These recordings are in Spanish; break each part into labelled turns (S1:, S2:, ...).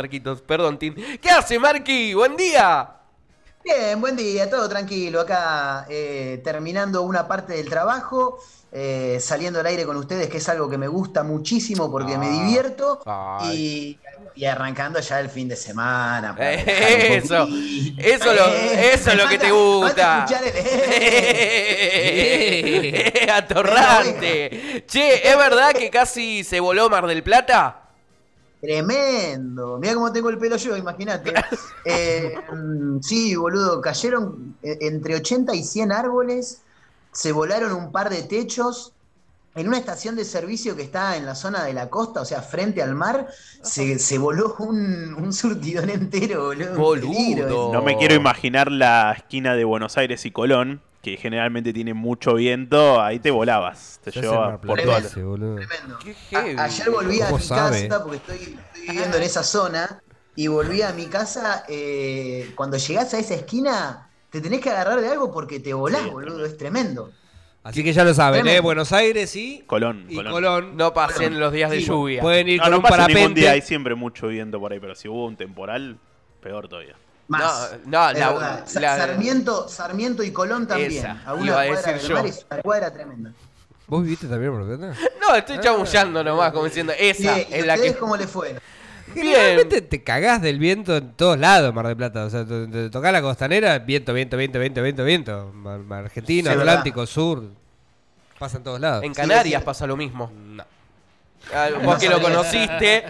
S1: Marquitos, perdón, Tim. ¿Qué hace, Marqui? ¡Buen día!
S2: Bien, buen día, todo tranquilo. Acá eh, terminando una parte del trabajo, eh, saliendo al aire con ustedes, que es algo que me gusta muchísimo porque
S1: Ah,
S2: me divierto. Y, y arrancando ya el fin de semana. para
S1: Eh,
S2: descansar
S1: Eso,
S2: un poquito.
S1: eso, lo,
S2: Eh,
S1: eso es lo que
S2: me
S1: te
S2: falta-
S1: gusta.
S2: me falta escuchar el-
S1: Eh, Atorrante. Che, ¿es verdad que casi se voló Mar del Plata?
S2: Tremendo. Mirá cómo tengo el pelo yo, imagínate. Eh, mm, sí, boludo, cayeron eh, entre 80 y 100 árboles, se volaron un par de techos. En una estación de servicio que está en la zona de la costa, o sea, frente al mar, se, se voló un, un surtidón entero, boludo. un
S1: Boludo.
S2: peligro.
S3: No me quiero imaginar la esquina de Buenos Aires y Colón, que generalmente tiene mucho viento, ahí te volabas, te
S4: Ya
S3: llevaba
S4: se
S3: por
S2: Plata.
S3: todo.
S4: marplatense, boludo.
S2: Tremendo.
S1: Qué
S2: A-
S1: heavy.
S2: ayer volví a
S4: ¿Cómo
S2: mi
S4: sabe?
S2: casa, porque estoy, estoy viviendo en esa zona, y volví a mi casa, eh, cuando llegás a esa esquina, te tenés que agarrar de algo porque te volás,
S3: Sí, es
S2: boludo, es tremendo.
S4: Así que ya lo saben, ¿eh?
S2: Tremendo.
S4: Buenos Aires y,
S3: Colón,
S4: y
S3: Colón.
S4: Colón.
S1: No pasen los días de
S2: Sí.
S1: lluvia.
S4: Pueden ir
S3: No,
S4: con
S3: no
S4: un
S3: pasa ningún
S4: parapente.
S3: día, hay siempre mucho viento por ahí, pero si hubo un temporal, peor todavía.
S2: Más.
S1: no, ah,
S2: Es
S1: la-
S2: verdad. Sa-
S1: la-
S2: Sarmiento, Sarmiento y Colón también.
S1: Esa,
S2: a una
S1: iba a decir
S2: cuadra del
S1: yo.
S2: mar es una cuadra tremenda.
S4: ¿Vos viviste también en Marplatense?
S1: No, estoy chamullando nomás, como diciendo,
S2: Sí,
S1: esa
S2: Eh, ¿y
S1: es la
S2: ustedes
S1: que.
S2: cómo le fue?
S4: Generalmente te cagás del viento en todos lados, Mar del Plata. O sea, te, te tocás la costanera, viento, viento, viento, viento, viento, viento. Mar, Mar Argentina,
S2: Sí,
S4: Atlántico, Sur. Pasa en todos lados.
S1: En
S2: Sí,
S1: Canarias
S2: sí.
S1: pasa lo mismo. No. Vos que lo conociste.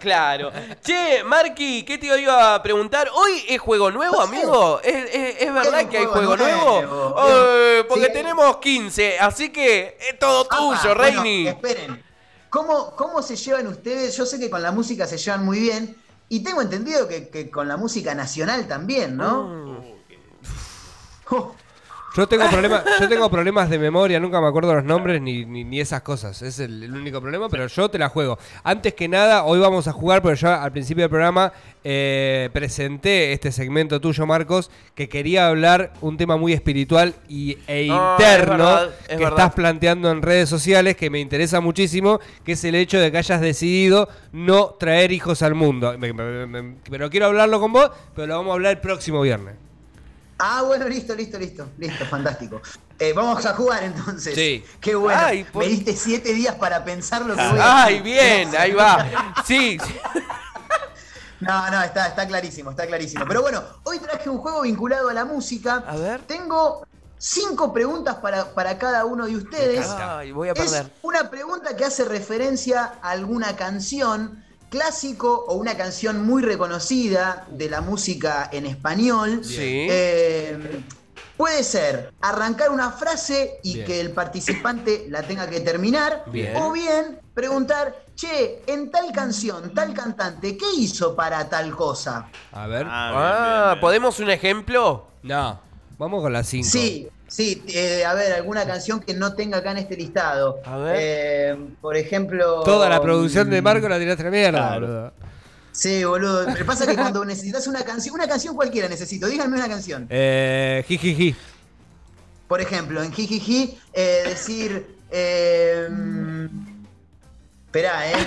S1: Claro. Che, Marqui, ¿qué te iba a preguntar? ¿Hoy es juego nuevo, amigo? ¿Es, es- es verdad
S2: Hay un
S1: que hay juego
S2: juego
S1: nuevo?
S2: nuevo.
S1: Eh, porque
S2: Sí.
S1: tenemos 15, así que es todo tuyo,
S2: Ah, bueno,
S1: Reini.
S2: esperen. ¿Cómo, ¿Cómo se llevan ustedes? Yo sé que con la música se llevan muy bien. Y tengo entendido que, que con la música nacional también, ¿no?
S1: Mm.
S2: Oh,
S4: Yo tengo, problema, yo tengo problemas de memoria, nunca me acuerdo los nombres ni, ni, ni esas cosas. Es el, el único problema, pero yo te la juego. Antes que nada, hoy vamos a jugar, porque yo al principio del programa eh, presenté este segmento tuyo, Marcos, que quería hablar un tema muy espiritual y, e
S1: Ah, es
S4: interno
S1: verdad, es
S4: que
S1: verdad.
S4: estás planteando en redes sociales, que me interesa muchísimo, que es el hecho de que hayas decidido no traer hijos al mundo. Me- me- me- pero quiero hablarlo con vos, pero lo vamos a hablar el próximo viernes.
S2: Ah, bueno, listo, listo, listo. Listo, fantástico. Eh, vamos a jugar entonces.
S4: Sí.
S2: Qué bueno.
S1: Ay, por-
S2: Me diste siete días para pensar lo que voy a
S1: Ay,
S2: decir.
S1: bien, ahí va. Sí, sí.
S2: No, no, está, está clarísimo, está clarísimo. Pero bueno, hoy traje un juego vinculado a la música.
S1: A ver.
S2: Tengo cinco preguntas para, para cada uno de ustedes.
S1: Ay, voy a
S2: Es
S1: perder.
S2: una pregunta que hace referencia a alguna canción clásico o una canción muy reconocida de la música en español.
S1: Sí.
S2: Eh, puede ser arrancar una frase y
S4: Bien.
S2: que el participante la tenga que terminar.
S1: Bien.
S2: O bien preguntar, che, en tal canción, tal cantante, ¿qué hizo para tal cosa?
S4: A ver.
S1: Ah, ¿podemos un ejemplo?
S4: No. Vamos con las 5.
S2: Sí, sí, eh, a ver, alguna canción que no tenga acá en este listado.
S1: A ver.
S2: Eh, por ejemplo.
S4: Toda la producción de Marco la tiraste a la mierda,
S3: Claro.
S4: boludo.
S2: Sí, boludo. Lo que pasa es que cuando necesitas una canción, una canción cualquiera necesito, díganme una canción.
S4: Eh, jijiji.
S2: Por ejemplo, en Jijiji, eh, decir. Eh, esperá, ¿eh?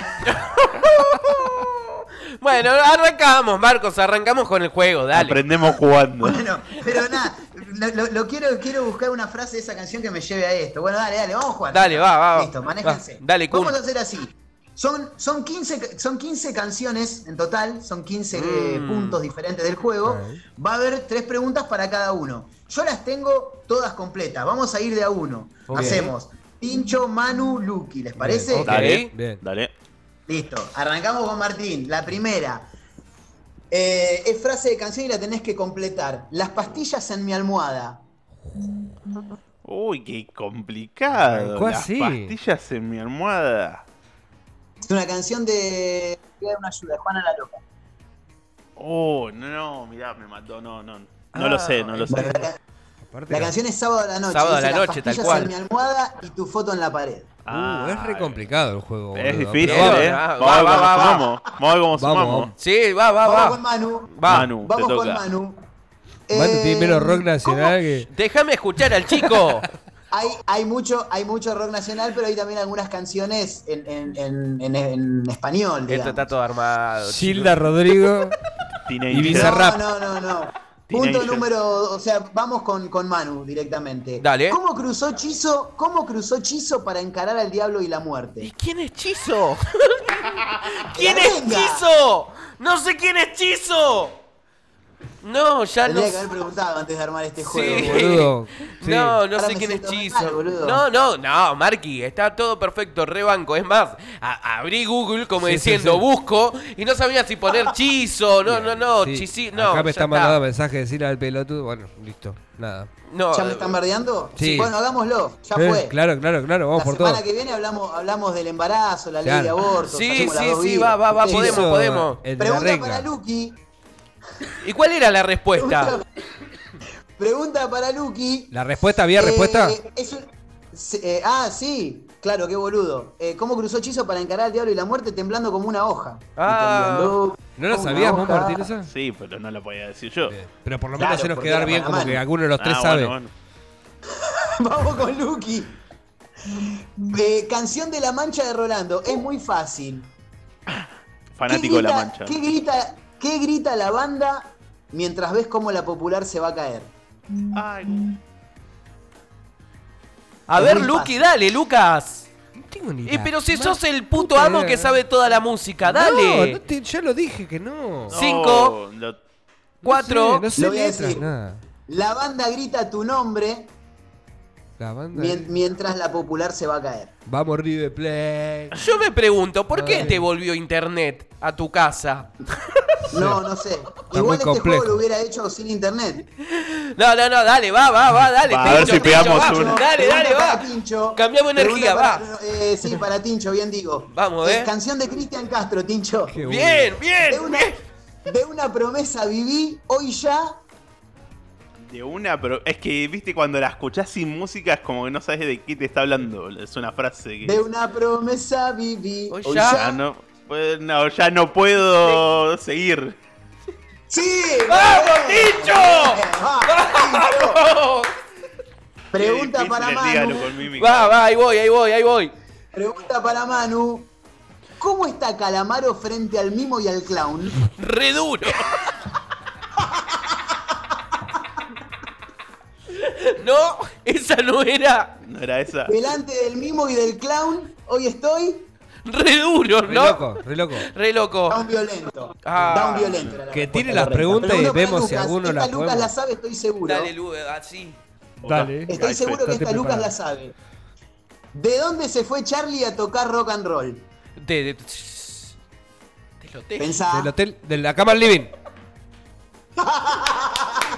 S1: Bueno, arrancamos, Marcos, arrancamos con el juego, dale.
S3: Aprendemos jugando.
S2: Bueno, pero nada, lo, lo- lo quiero, quiero buscar una frase de esa canción que me lleve a esto. Bueno, dale, dale, vamos a jugar.
S1: Dale, va, va, va.
S2: Listo, manéjense.
S1: Va, dale, Kun.
S2: Vamos a hacer así. Son, son, 15, ca- son 15 canciones en total, son 15 eh,
S1: Mm.
S2: puntos diferentes del juego. Va a haber tres preguntas para cada uno. Yo las tengo todas completas, vamos a ir de a uno.
S4: Ok.
S2: Hacemos Tincho, Manu, Lucky, ¿les parece?
S4: Bien, ok.
S3: Dale,
S4: Bien.
S3: dale.
S2: Listo, arrancamos con Martín. La primera eh, es frase de canción y la tenés que completar. Las pastillas en mi almohada.
S3: Uy, qué complicado.
S4: Arrancó
S3: Las
S4: así.
S3: pastillas en mi almohada.
S2: Es una canción de. Voy a dar una ayuda, Juana la Loca.
S3: Oh, no, mirá, me mató. No, no. No lo sé, no lo sé.
S2: Bueno, la,
S4: Aparte
S2: la
S4: que-
S2: canción es Sábado a la noche.
S1: Sábado a la
S2: Dice, "Las
S1: noche, tal
S2: pastillas
S1: cual".
S2: en mi almohada y tu foto en la pared.
S3: Ah,
S4: Uh, es re complicado el juego,
S3: Es
S4: boludo,
S3: difícil,
S4: pero vamos.
S3: ¿eh?
S1: va,
S3: Vamos a ver
S1: va, va,
S3: cómo
S1: va.
S3: sumamos. Vamos a ver cómo
S4: Vamos,
S3: sumamos.
S4: vamos.
S1: Sí, va, Ah, va,
S2: Vamos
S1: va.
S2: con Manu.
S1: Va.
S3: Manu, te
S2: Vamos con
S3: toca.
S2: Manu.
S4: Mate
S2: Eh,
S4: tiene menos rock nacional
S2: ¿cómo-
S4: que.
S1: Déjame escuchar al chico.
S2: hay, hay, mucho, hay mucho rock nacional, pero hay también algunas canciones en, en- en- en- en español.
S1: Esto
S2: digamos.
S1: está todo armado.
S4: Gilda Rodrigo.
S3: Teenager.
S4: Y
S2: No,
S4: Bizarrap.
S2: no, no, no.
S3: Teenagers.
S2: Punto número, o sea, vamos con, con Manu directamente.
S1: Dale.
S2: ¿Cómo cruzó Chizo, cómo cruzó Chizo para encarar al diablo y la
S1: ¿Y
S2: muerte?
S1: quién es Chizo? ¿Quién
S2: La
S1: es
S2: venga.
S1: Chizo? No sé quién es Chizo. No, ya no.
S2: Tendría que
S1: sé.
S2: haber preguntado antes de armar este
S1: Sí.
S2: juego.
S4: boludo. Sí.
S1: No, no
S2: Ahora
S1: sé
S2: me
S1: quién es
S2: siento
S1: Chizo.
S2: mal, boludo.
S1: no, no, no, Marky, está todo perfecto, rebanco. Es más, a- abrí Google como
S4: Sí, sí,
S1: diciendo
S4: sí.
S1: busco y no sabía si poner Chizo. No, no, no,
S4: Sí.
S1: Chisi, no.
S4: Acá
S1: ya está.
S4: me están mandando mensajes de decirle al pelotudo. Bueno, listo, nada.
S1: No,
S2: ¿Ya me están bardeando?
S4: Sí.
S2: Bueno, hagámoslo, ya
S4: Eh,
S2: fue.
S4: Claro, claro, claro, vamos
S2: La
S4: por
S2: semana
S4: todo.
S2: que viene hablamos, hablamos del embarazo, la ley
S4: Claro.
S2: de aborto.
S1: eh, Sí,
S2: saquemos las
S1: sí,
S2: dos
S1: sí,
S2: vidas.
S1: va, va, va,
S2: Sí.
S1: podemos,
S4: Hizo
S1: podemos.
S4: el de la
S2: Pregunta
S4: renga.
S2: para Luqui.
S1: ¿Y cuál era la respuesta?
S2: Pregunta para Luqui.
S4: ¿La respuesta? ¿Había
S2: Eh,
S4: respuesta?
S2: es un- se- eh, ah, sí, claro, qué boludo. Eh, ¿Cómo cruzó Chizo para encarar al diablo y la muerte temblando como una hoja?
S1: Ah.
S2: Temblando
S4: ¿No lo
S2: como
S4: sabías,
S2: una
S4: Mon
S2: hoja.
S4: Martín, esa?
S3: Sí, pero no lo podía decir yo.
S4: Pero por lo
S2: Claro,
S4: menos hacernos
S2: porque
S4: quedar
S2: era
S4: bien como
S2: Panamá.
S4: que alguno de los tres
S3: Ah,
S4: sabe.
S3: bueno, bueno.
S2: Vamos con Luqui. Eh, canción de la mancha de Rolando. Es muy fácil. ¿Qué
S3: Fanático de la
S2: grita-
S3: mancha.
S2: ¿qué grita, ¿Qué grita la banda mientras ves cómo la popular se va a caer?
S3: Ay,
S1: A
S2: Es
S1: ver,
S2: muy
S1: Luqui,
S2: fácil.
S1: dale, Lucas.
S4: No tengo ni
S1: Y
S4: la
S1: Eh, pero si
S4: más
S1: sos el puto
S4: puta
S1: amo
S4: idea.
S1: que sabe toda la música,
S4: No,
S1: dale.
S4: no te- ya lo dije que no.
S1: No, Cinco.
S3: lo-
S1: Cuatro.
S4: No sé,
S2: Lo
S4: no
S2: voy
S4: sé
S2: a
S4: letras,
S2: decir.
S4: nada.
S2: La banda grita tu nombre
S4: La banda.
S2: mien- mientras la popular se va a caer.
S4: Vamos, River Play.
S1: Yo me pregunto, ¿por qué
S4: Ay.
S1: te volvió internet a tu casa?
S2: No, no sé.
S4: muy
S2: Igual este
S4: complejo.
S2: juego lo hubiera hecho sin internet.
S1: No, no, no, dale, va, va, va, dale.
S3: Va, a ver si pegamos
S1: va,
S3: una.
S1: Dale,
S2: Pregunta
S1: dale,
S2: para
S1: va.
S2: Tincho.
S1: Cambiamos
S2: Pregunta
S1: energía,
S2: para-
S1: va.
S2: eh, sí, para Tincho, bien digo.
S1: Vamos, eh.
S2: canción de Cristian Castro, Tincho.
S4: Qué bueno.
S1: Bien,
S2: De
S1: bien,
S2: una,
S1: bien.
S2: de una promesa viví, hoy ya.
S3: De una, pero es que, viste, cuando la escuchás sin música es como que no sabes de qué te está hablando. Es una frase que.
S2: De una promesa viví,
S1: Hoy
S2: hoy,
S1: ya.
S2: ya.
S3: Ya no, pues, no, ya no puedo seguir.
S2: ¡Sí!
S1: ¡Vamos,
S2: bien,
S1: Tincho!
S2: bien, ¡Vamos, Tincho!
S1: Vamos.
S2: Pregunta
S3: Qué
S2: para
S3: difícil es, dígalo
S2: Manu.
S3: con mímica.
S1: Va, va, ahí voy, ahí voy, ahí voy.
S2: Pregunta para Manu. ¿Cómo está Calamaro frente al mimo y al clown?
S1: Re duro. No, esa no era.
S3: No era esa.
S2: Delante del mimo y del clown, hoy estoy
S1: Re duro,
S4: Re
S1: ¿no?
S4: loco, re loco.
S1: Re loco.
S2: down violento.
S1: Oh. Ah.
S2: Down violento. era la
S4: Que
S2: respuesta
S4: tire las
S2: correcta.
S4: preguntas y
S2: Pregunta para
S4: vemos si
S2: Lucas.
S4: alguno
S2: Esta
S4: las
S2: Lucas
S4: podemos.
S2: la sabe, estoy seguro.
S1: Dale, Lu, así.
S4: Dale.
S2: Estoy
S3: Ahí
S2: seguro que
S4: Estate
S2: esta Lucas
S4: preparado.
S2: la sabe. ¿De dónde se fue Charlie a tocar rock and roll?
S1: Te, te, te lo te.
S2: Pensá,
S4: Del hotel, de la cama al living.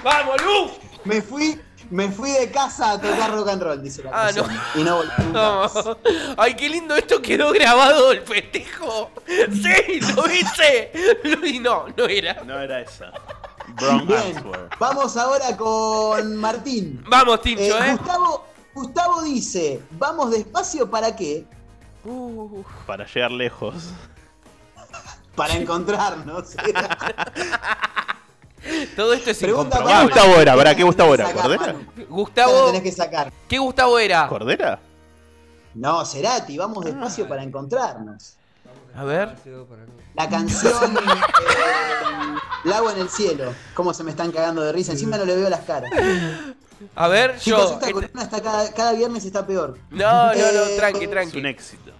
S1: ¡Vamos, Lu!
S2: me fui, me fui de casa a tocar rock and roll, dice la
S1: Ah,
S2: canción. Y no volví nunca
S1: No.
S2: más.
S1: Ay, qué lindo esto quedó grabado el festejo. Sí, lo hice. Lo- Y no, no era.
S3: No era esa. Brown
S2: Bien,
S3: Answer.
S2: vamos ahora con Martín.
S1: Vamos, Tincho,
S2: Eh,
S1: ¿eh?
S2: Gustavo, Gustavo dice, ¿vamos despacio para qué?
S1: Uh,
S3: Para llegar lejos.
S2: Para encontrarnos.
S1: todo esto es
S2: Pregunta
S3: ¿Qué
S1: incomprobable.
S3: Gustavo era? ¿Para qué Gustavo era?
S2: Sacar,
S3: ¿Cordera?
S2: Manu.
S1: Gustavo,
S2: Lo tenés que sacar.
S1: ¿qué Gustavo
S2: Ah.
S1: era?
S3: ¿Cordera?
S2: No, Cerati, vamos
S4: Ah.
S2: despacio para encontrarnos.
S1: A ver.
S2: La canción eh, Lago en el cielo. Cómo se me están cagando de risa. Encima no le veo las caras.
S1: A ver,
S2: Chicos,
S1: yo.
S2: esta columna está cada, cada viernes está peor.
S1: No, no, no,
S2: Eh,
S1: tranqui,
S3: Es un
S1: tranqui.
S3: éxito.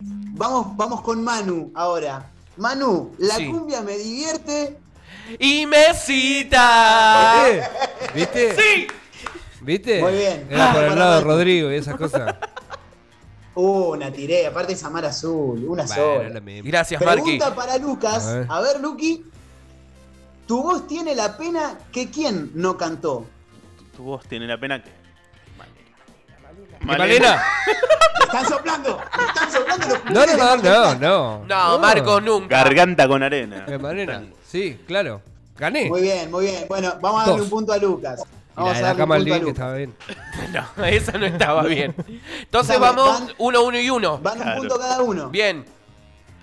S2: Vamos, vamos con Manu ahora. Manu, la
S1: Sí.
S2: cumbia me divierte.
S1: Y mesita.
S4: ¿Eh? ¿Viste?
S1: Sí.
S4: ¿Viste?
S2: Ah. Muy bien.
S4: Era por
S2: Ah,
S4: el lado de
S2: para-
S4: Rodrigo y esas cosas.
S2: Uh, una tiré, aparte es Amar Azul, una
S4: Bueno,
S2: sola.
S4: lo mismo.
S1: Gracias, Marqui.
S2: Pregunta para Lucas.
S4: A ver.
S2: A ver, Luqui. Tu voz tiene la pena que quién no cantó.
S3: Tu voz tiene la pena que. Malena.
S4: ¿Y Malena?
S2: ¡Me están soplando! ¡Me están soplando los
S4: No,
S2: pulmones
S4: no,
S2: de
S4: no,
S2: Mar del
S4: no,
S2: Plata!
S4: no.
S1: No, Marco, nunca.
S3: Garganta con arena.
S4: Eh, Malena, sí, claro. Gané.
S2: Muy bien, muy bien. Bueno, vamos a darle
S4: Dos.
S2: un punto a Lucas.
S4: Y la
S2: Vamos
S4: de
S2: a
S4: la
S2: darle
S4: cama
S2: un
S4: al
S2: punto a
S4: living que
S2: Lucas.
S4: estaba bien.
S1: No, esa no estaba bien. Entonces
S2: Dame,
S1: vamos
S2: van-
S1: uno, uno y uno.
S2: Van un
S3: Claro.
S2: punto cada uno.
S1: Bien.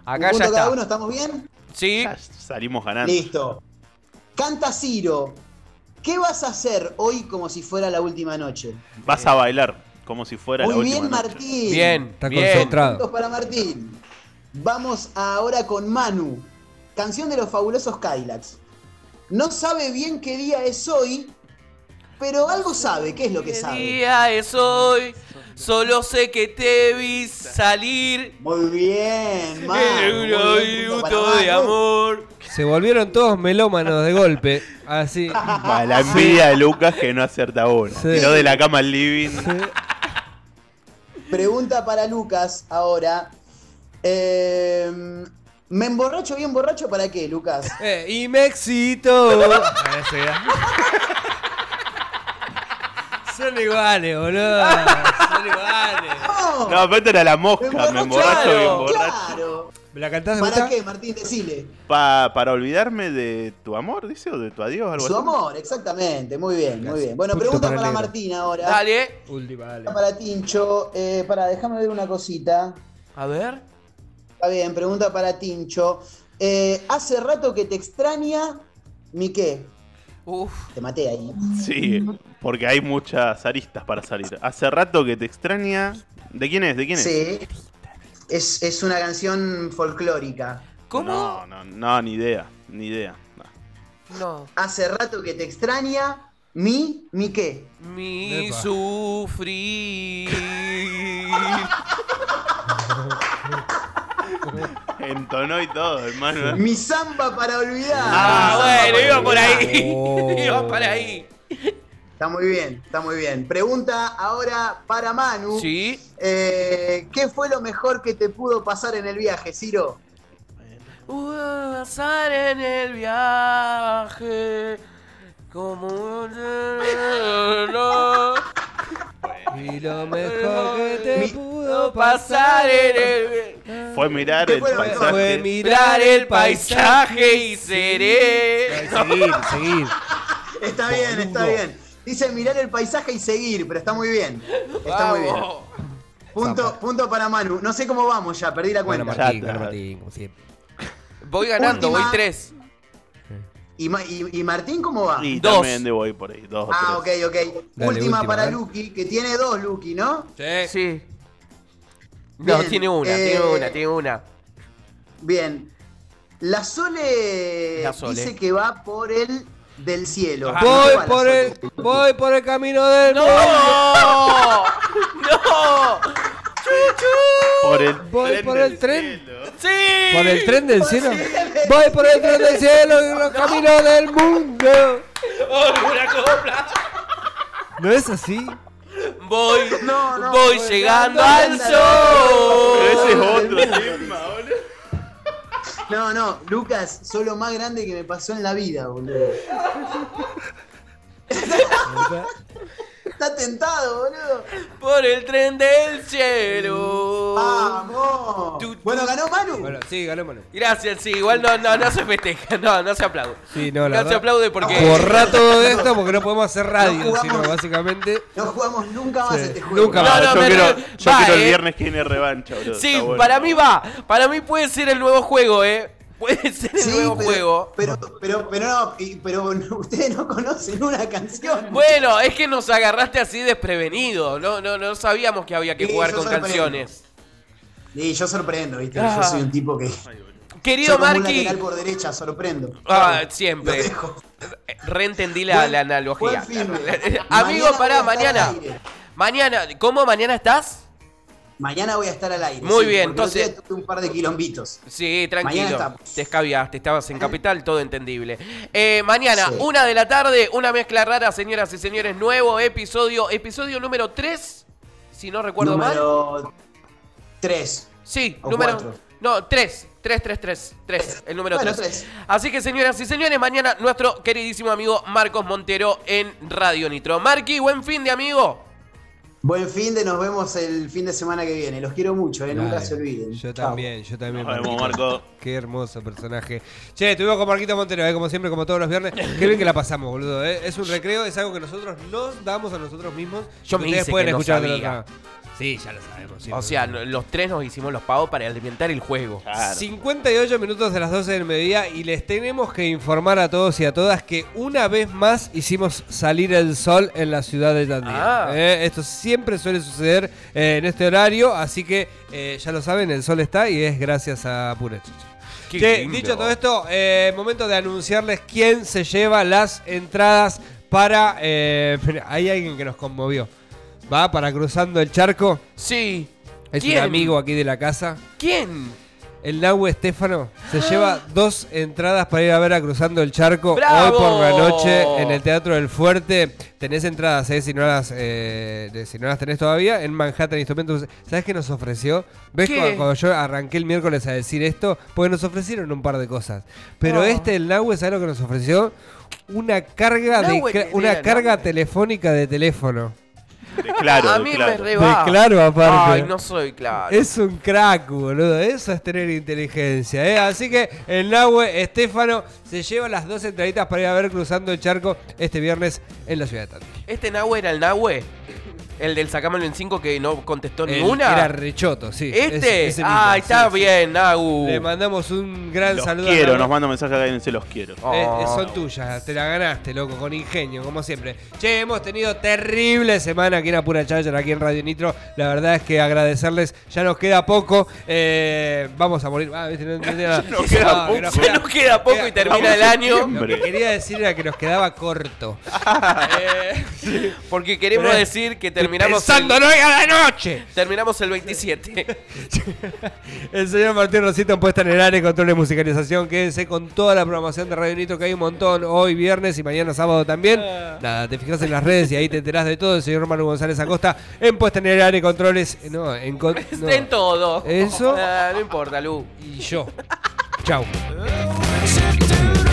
S1: Acá
S2: un punto
S1: ya
S2: cada uno,
S1: está.
S2: ¿estamos bien?
S1: Sí.
S3: Ya salimos ganando.
S2: Listo. Canta Ciro. ¿Qué vas a hacer hoy como si fuera la última noche?
S3: Vas a bailar. como si fuera la
S2: Muy
S3: última
S2: bien,
S3: noche.
S2: Martín.
S1: Bien,
S4: Está
S1: bien.
S2: Puntos
S4: concentrado.
S2: para Martín. Vamos ahora con Manu. Canción de los fabulosos Cadillacs. No sabe bien qué día es hoy, pero algo sabe. ¿Qué es lo que
S1: ¿Qué
S2: sabe?
S1: día es hoy? Solo sé que te vi salir.
S2: Muy bien, Manu. Muy
S1: En un
S2: bien, punto para
S1: minuto de
S2: Manu.
S1: amor.
S4: Se volvieron todos melómanos de golpe. Así.
S3: A la envidia de Lucas que no acierta uno.
S4: Sí.
S3: Tiró de la cama al living.
S2: Pregunta para Lucas ahora. Eh, ¿Me emborracho bien borracho para qué, Lucas?
S4: Eh, y me excito. Ese, ¿eh? Son iguales, boludo. Son iguales.
S2: ¡No!
S3: No, pero era la mosca. Me emborracho
S1: claro.
S3: bien borracho.
S2: Claro.
S4: ¿Me la cantás de
S2: ¿Para
S4: vuelta?
S2: qué, Martín? Decile.
S3: Pa- para olvidarme de tu amor, dice, o de tu adiós, algo
S2: Su
S3: así.
S2: amor, exactamente. Muy bien, muy bien. Bueno,
S4: Punto
S2: pregunta
S4: para el
S2: para
S4: negro.
S2: Martín ahora.
S1: Dale.
S4: Última, dale.
S2: Pregunta para Tincho. Eh, para, déjame ver una cosita.
S1: A ver.
S2: Está bien, pregunta para Tincho. Eh, Hace rato que te extraña, mi qué.
S1: Uf.
S2: Te maté ahí.
S3: Sí, porque hay muchas aristas para salir. Hace rato que te extraña. ¿De quién es? ¿De quién es?
S2: Sí. Es, es una canción folclórica.
S1: ¿Cómo?
S3: No, no, no, ni idea. Ni idea. No.
S1: No.
S2: Hace rato que te extraña, mi, mi qué.
S1: Mi
S4: Epa.
S1: sufrir.
S3: Entonó y todo, hermano.
S2: Mi samba para olvidar.
S1: Ah, bueno, iba por ahí.
S4: Oh.
S1: Iba para ahí.
S2: Está muy bien, está muy bien. Pregunta ahora para Manu.
S1: Sí.
S2: Eh, ¿Qué fue lo mejor que te pudo pasar en el viaje, Ciro?
S1: Pude avanzar en el viaje. Como un no
S4: Y lo mejor que te
S2: Mi-
S4: pudo
S1: pasar en el
S3: Fue mirar
S2: ¿Qué
S3: el
S2: fue lo mejor?
S3: paisaje.
S4: fue mirar
S1: mirar
S4: el
S1: el
S4: paisaje.
S1: paisaje y
S4: Ay,
S1: seré.
S4: Seguir, seguir.
S2: Está bien, está
S4: Boludo.
S2: bien. Dice mirar el paisaje y seguir, pero está muy bien. Está muy bien.
S1: Vamos.
S2: Punto, punto para Manu. No sé cómo vamos ya, perdí la
S4: Gana
S2: cuenta.
S4: Martín,
S3: Ya
S4: gana
S3: está.
S4: Martín, como siempre.
S1: Voy ganando,
S2: Última.
S1: voy tres.
S2: ¿Y, Ma- y- y Martín cómo va?
S3: Y
S1: Dos.
S3: también de voy por ahí. Dos o
S2: Ah, ok,
S3: tres.
S2: ok.
S4: Dale,
S2: última,
S4: última, a
S2: para
S4: ver.
S2: Lucky, que tiene dos Lucky, ¿no?
S1: Sí. No,
S2: Bien,
S1: tiene una,
S2: eh,
S1: tiene una, tiene una.
S2: Bien. La Sole,
S1: La Sole.
S2: dice que va por el del cielo.
S1: Ah,
S2: ¿Por qué
S4: Voy
S2: va la
S4: por
S2: Sole?
S4: el, voy por el camino del
S1: ¡No! ¡No! ¡Chuchu!
S3: Por el
S4: Voy
S3: tren
S4: por el
S3: del
S4: tren.
S3: cielo.
S1: ¡Sí!
S4: ¿Por el tren del cielo? Voy por el tren del cielo y los caminos del mundo.
S1: ¡Oh, una copla!
S4: ¿No es así?
S1: Voy,
S2: No, no,
S1: voy
S2: voy
S1: llegando al
S2: llegando al sol.
S1: sol.
S3: Pero ese es otro tema, boludo.
S2: No, no, Lucas, sos lo más grande que me pasó en la vida, boludo. Está tentado, boludo.
S1: Por el tren del cielo.
S2: Mm. ¡Vamos!
S1: Tu- tu-
S2: Bueno, ganó Manu.
S4: Bueno, sí, galémoslo.
S1: Gracias, sí, igual no, no, no se festeja, no, no se aplaude.
S4: Sí, no, la
S1: no se
S4: verdad.
S1: aplaude porque.
S4: Borrá todo esto porque no podemos hacer radio,
S2: No jugamos.
S4: sino básicamente.
S2: No jugamos nunca más
S4: Sí,
S2: este juego.
S4: nunca
S1: No,
S3: Ah,
S1: no,
S3: yo
S1: me
S3: quiero,
S1: re-
S3: yo
S1: va,
S3: quiero el
S1: eh.
S3: viernes que viene revancha, boludo.
S1: Sí,
S3: Está bueno.
S1: para mí va. Para mí puede ser el nuevo juego, eh. Puede ser el
S2: Sí,
S1: nuevo
S2: pero,
S1: juego.
S2: Pero, pero, pero no, y- pero no- ustedes no conocen una canción.
S1: Bueno, es que nos agarraste así desprevenido. No, no, no sabíamos que había que
S2: Sí,
S1: jugar
S2: yo
S1: con
S2: sorprendo.
S1: canciones.
S2: Y yo sorprendo, ¿viste?
S1: Ah.
S2: Yo soy un tipo que.
S1: Querido
S2: Yo como un
S1: Marqui.
S2: lateral por derecha, sorprendo.
S1: Ah,
S2: Lo
S1: siempre.
S2: dejo.
S1: Reentendí la,
S2: Buen-
S1: la analogía.
S2: buen fin de-
S1: Amigo, pará,
S2: Mañana voy a estar
S1: mañana.
S2: al aire.
S1: Mañana, ¿cómo mañana estás?
S2: Mañana voy a estar al aire.
S1: Muy bien,
S2: porque el otro
S1: entonces-
S2: día tuve un par de quilombitos.
S1: Sí, tranquilo.
S2: estamos. Ah.
S1: Te escabiaste, estabas en capital, todo entendible. Eh, mañana,
S2: Sí.
S1: una de la tarde, una mezcla rara, señoras y señores, nuevo episodio, episodio número 3, si no recuerdo mal.
S2: Número 3.
S1: Sí,
S2: o
S1: número.
S2: cuatro.
S1: No, 3, 3, 3, 3, 3, el número
S2: Bueno,
S1: 3.
S2: tres.
S1: Así que, señoras y señores, mañana nuestro queridísimo amigo Marcos Montero en Radio Nitro. Marqui, buen fin de amigo.
S2: Buen fin de, nos vemos el fin de semana que viene. Los quiero mucho, eh, nunca
S4: Dale.
S2: se olviden. Chau.
S4: Yo también, yo también.
S3: Nos vemos,
S4: Marquito.
S3: Marco.
S4: Qué hermoso personaje. Che, estuvimos con Marquito Montero, eh, como siempre, como todos los viernes. Qué bien que la pasamos, boludo. eh. Es un recreo, es algo que nosotros nos damos a nosotros mismos.
S1: Yo
S4: que
S1: me
S4: ustedes
S1: hice
S4: pueden
S1: que no
S4: escuchar de
S1: sabía.
S4: otra- Sí, ya lo sabemos. sí,
S1: O
S4: no-
S1: sea, no- los tres nos hicimos los pagos para alimentar el juego.
S4: Ah.
S3: Claro.
S4: 58 minutos de las 12 del mediodía y les tenemos que informar a todos y a todas que una vez más hicimos salir el sol en la ciudad de Tandía.
S1: Ah.
S4: Eh, esto siempre suele suceder eh, en este horario, así que eh, ya lo saben, el sol está y es gracias a Pura Chicha.
S1: Qué
S4: Che,
S1: lindo.
S4: dicho todo esto, eh, momento de anunciarles quién se lleva las entradas para... eh, hay alguien que nos conmovió. Va para cruzando el charco.
S1: Sí.
S4: Es
S1: ¿Quién?
S4: un amigo aquí de la casa.
S1: ¿Quién?
S4: El Nahue Estefano se
S1: Ah.
S4: lleva dos entradas para ir a ver a Cruzando el Charco
S1: ¡Bravo!
S4: hoy por la noche en el Teatro del Fuerte. Tenés entradas, ¿eh? si, no las, eh, de- si no las tenés todavía, en Manhattan Instrumentos. ¿Sabés qué nos ofreció? ¿Ves
S1: ¿Qué?
S4: cuando, cuando yo arranqué el miércoles a decir esto? Porque nos ofrecieron un par de cosas. Pero
S1: No.
S4: este, el Nahue, ¿sabés lo que nos ofreció? Una carga, de,
S1: Nahue,
S4: cra- una
S1: mira,
S4: carga
S1: Nahue.
S4: telefónica de teléfono.
S3: Claro,
S1: a mí
S3: claro.
S1: me reba.
S4: De claro, aparte.
S1: Ay, Ah, no soy claro.
S4: Es un crack, boludo. Eso es tener inteligencia, ¿eh? Así que el Nahue Estefano se lleva las dos entraditas para ir a ver cruzando el charco este viernes en la ciudad de Tandil.
S1: ¿Este Nahue era el Nahue? ¿El del sacámoslo en 5 que no contestó
S4: El-
S1: ninguna?
S4: Era rechoto, sí.
S1: ¿Este?
S4: Ese- ese mismo,
S1: ah,
S4: sí,
S1: está
S4: sí.
S1: bien, Nahu.
S4: Le mandamos un gran
S3: Los
S4: saludo. a
S3: quiero,
S4: Nahue.
S3: nos manda mensajes acá y se los quiero.
S1: Oh.
S4: Eh, eh, son tuyas, te la ganaste, loco, con ingenio, como siempre. Che, hemos tenido terrible semana aquí en Apura Charger, aquí en Radio Nitro. La verdad es que agradecerles, ya nos queda poco. Eh, vamos a morir. Ah, viste, no entendí nada. Ah,
S3: Ya nos queda
S4: que
S3: poco.
S1: Ya nos queda poco y termina el año.
S4: Lo que quería decir era que nos quedaba corto.
S1: Porque queremos
S4: Pero-
S1: decir que terminamos el,
S4: Pensando, no hay a la noche.
S1: terminamos el 27.
S4: El señor Martín Rosita en puesta en el área, control de musicalización. Quédense con toda la programación de Radio Nitro, que hay un montón hoy, viernes y mañana sábado también. Nada, te fijas en las redes y ahí te enterás de todo. El señor Manu González Acosta en puesta en el área, controles. No, en. con- no.
S1: En todo.
S4: Eso.
S1: Ah, no importa, Lu.
S4: Y yo. Chau.
S5: Shake, doodle,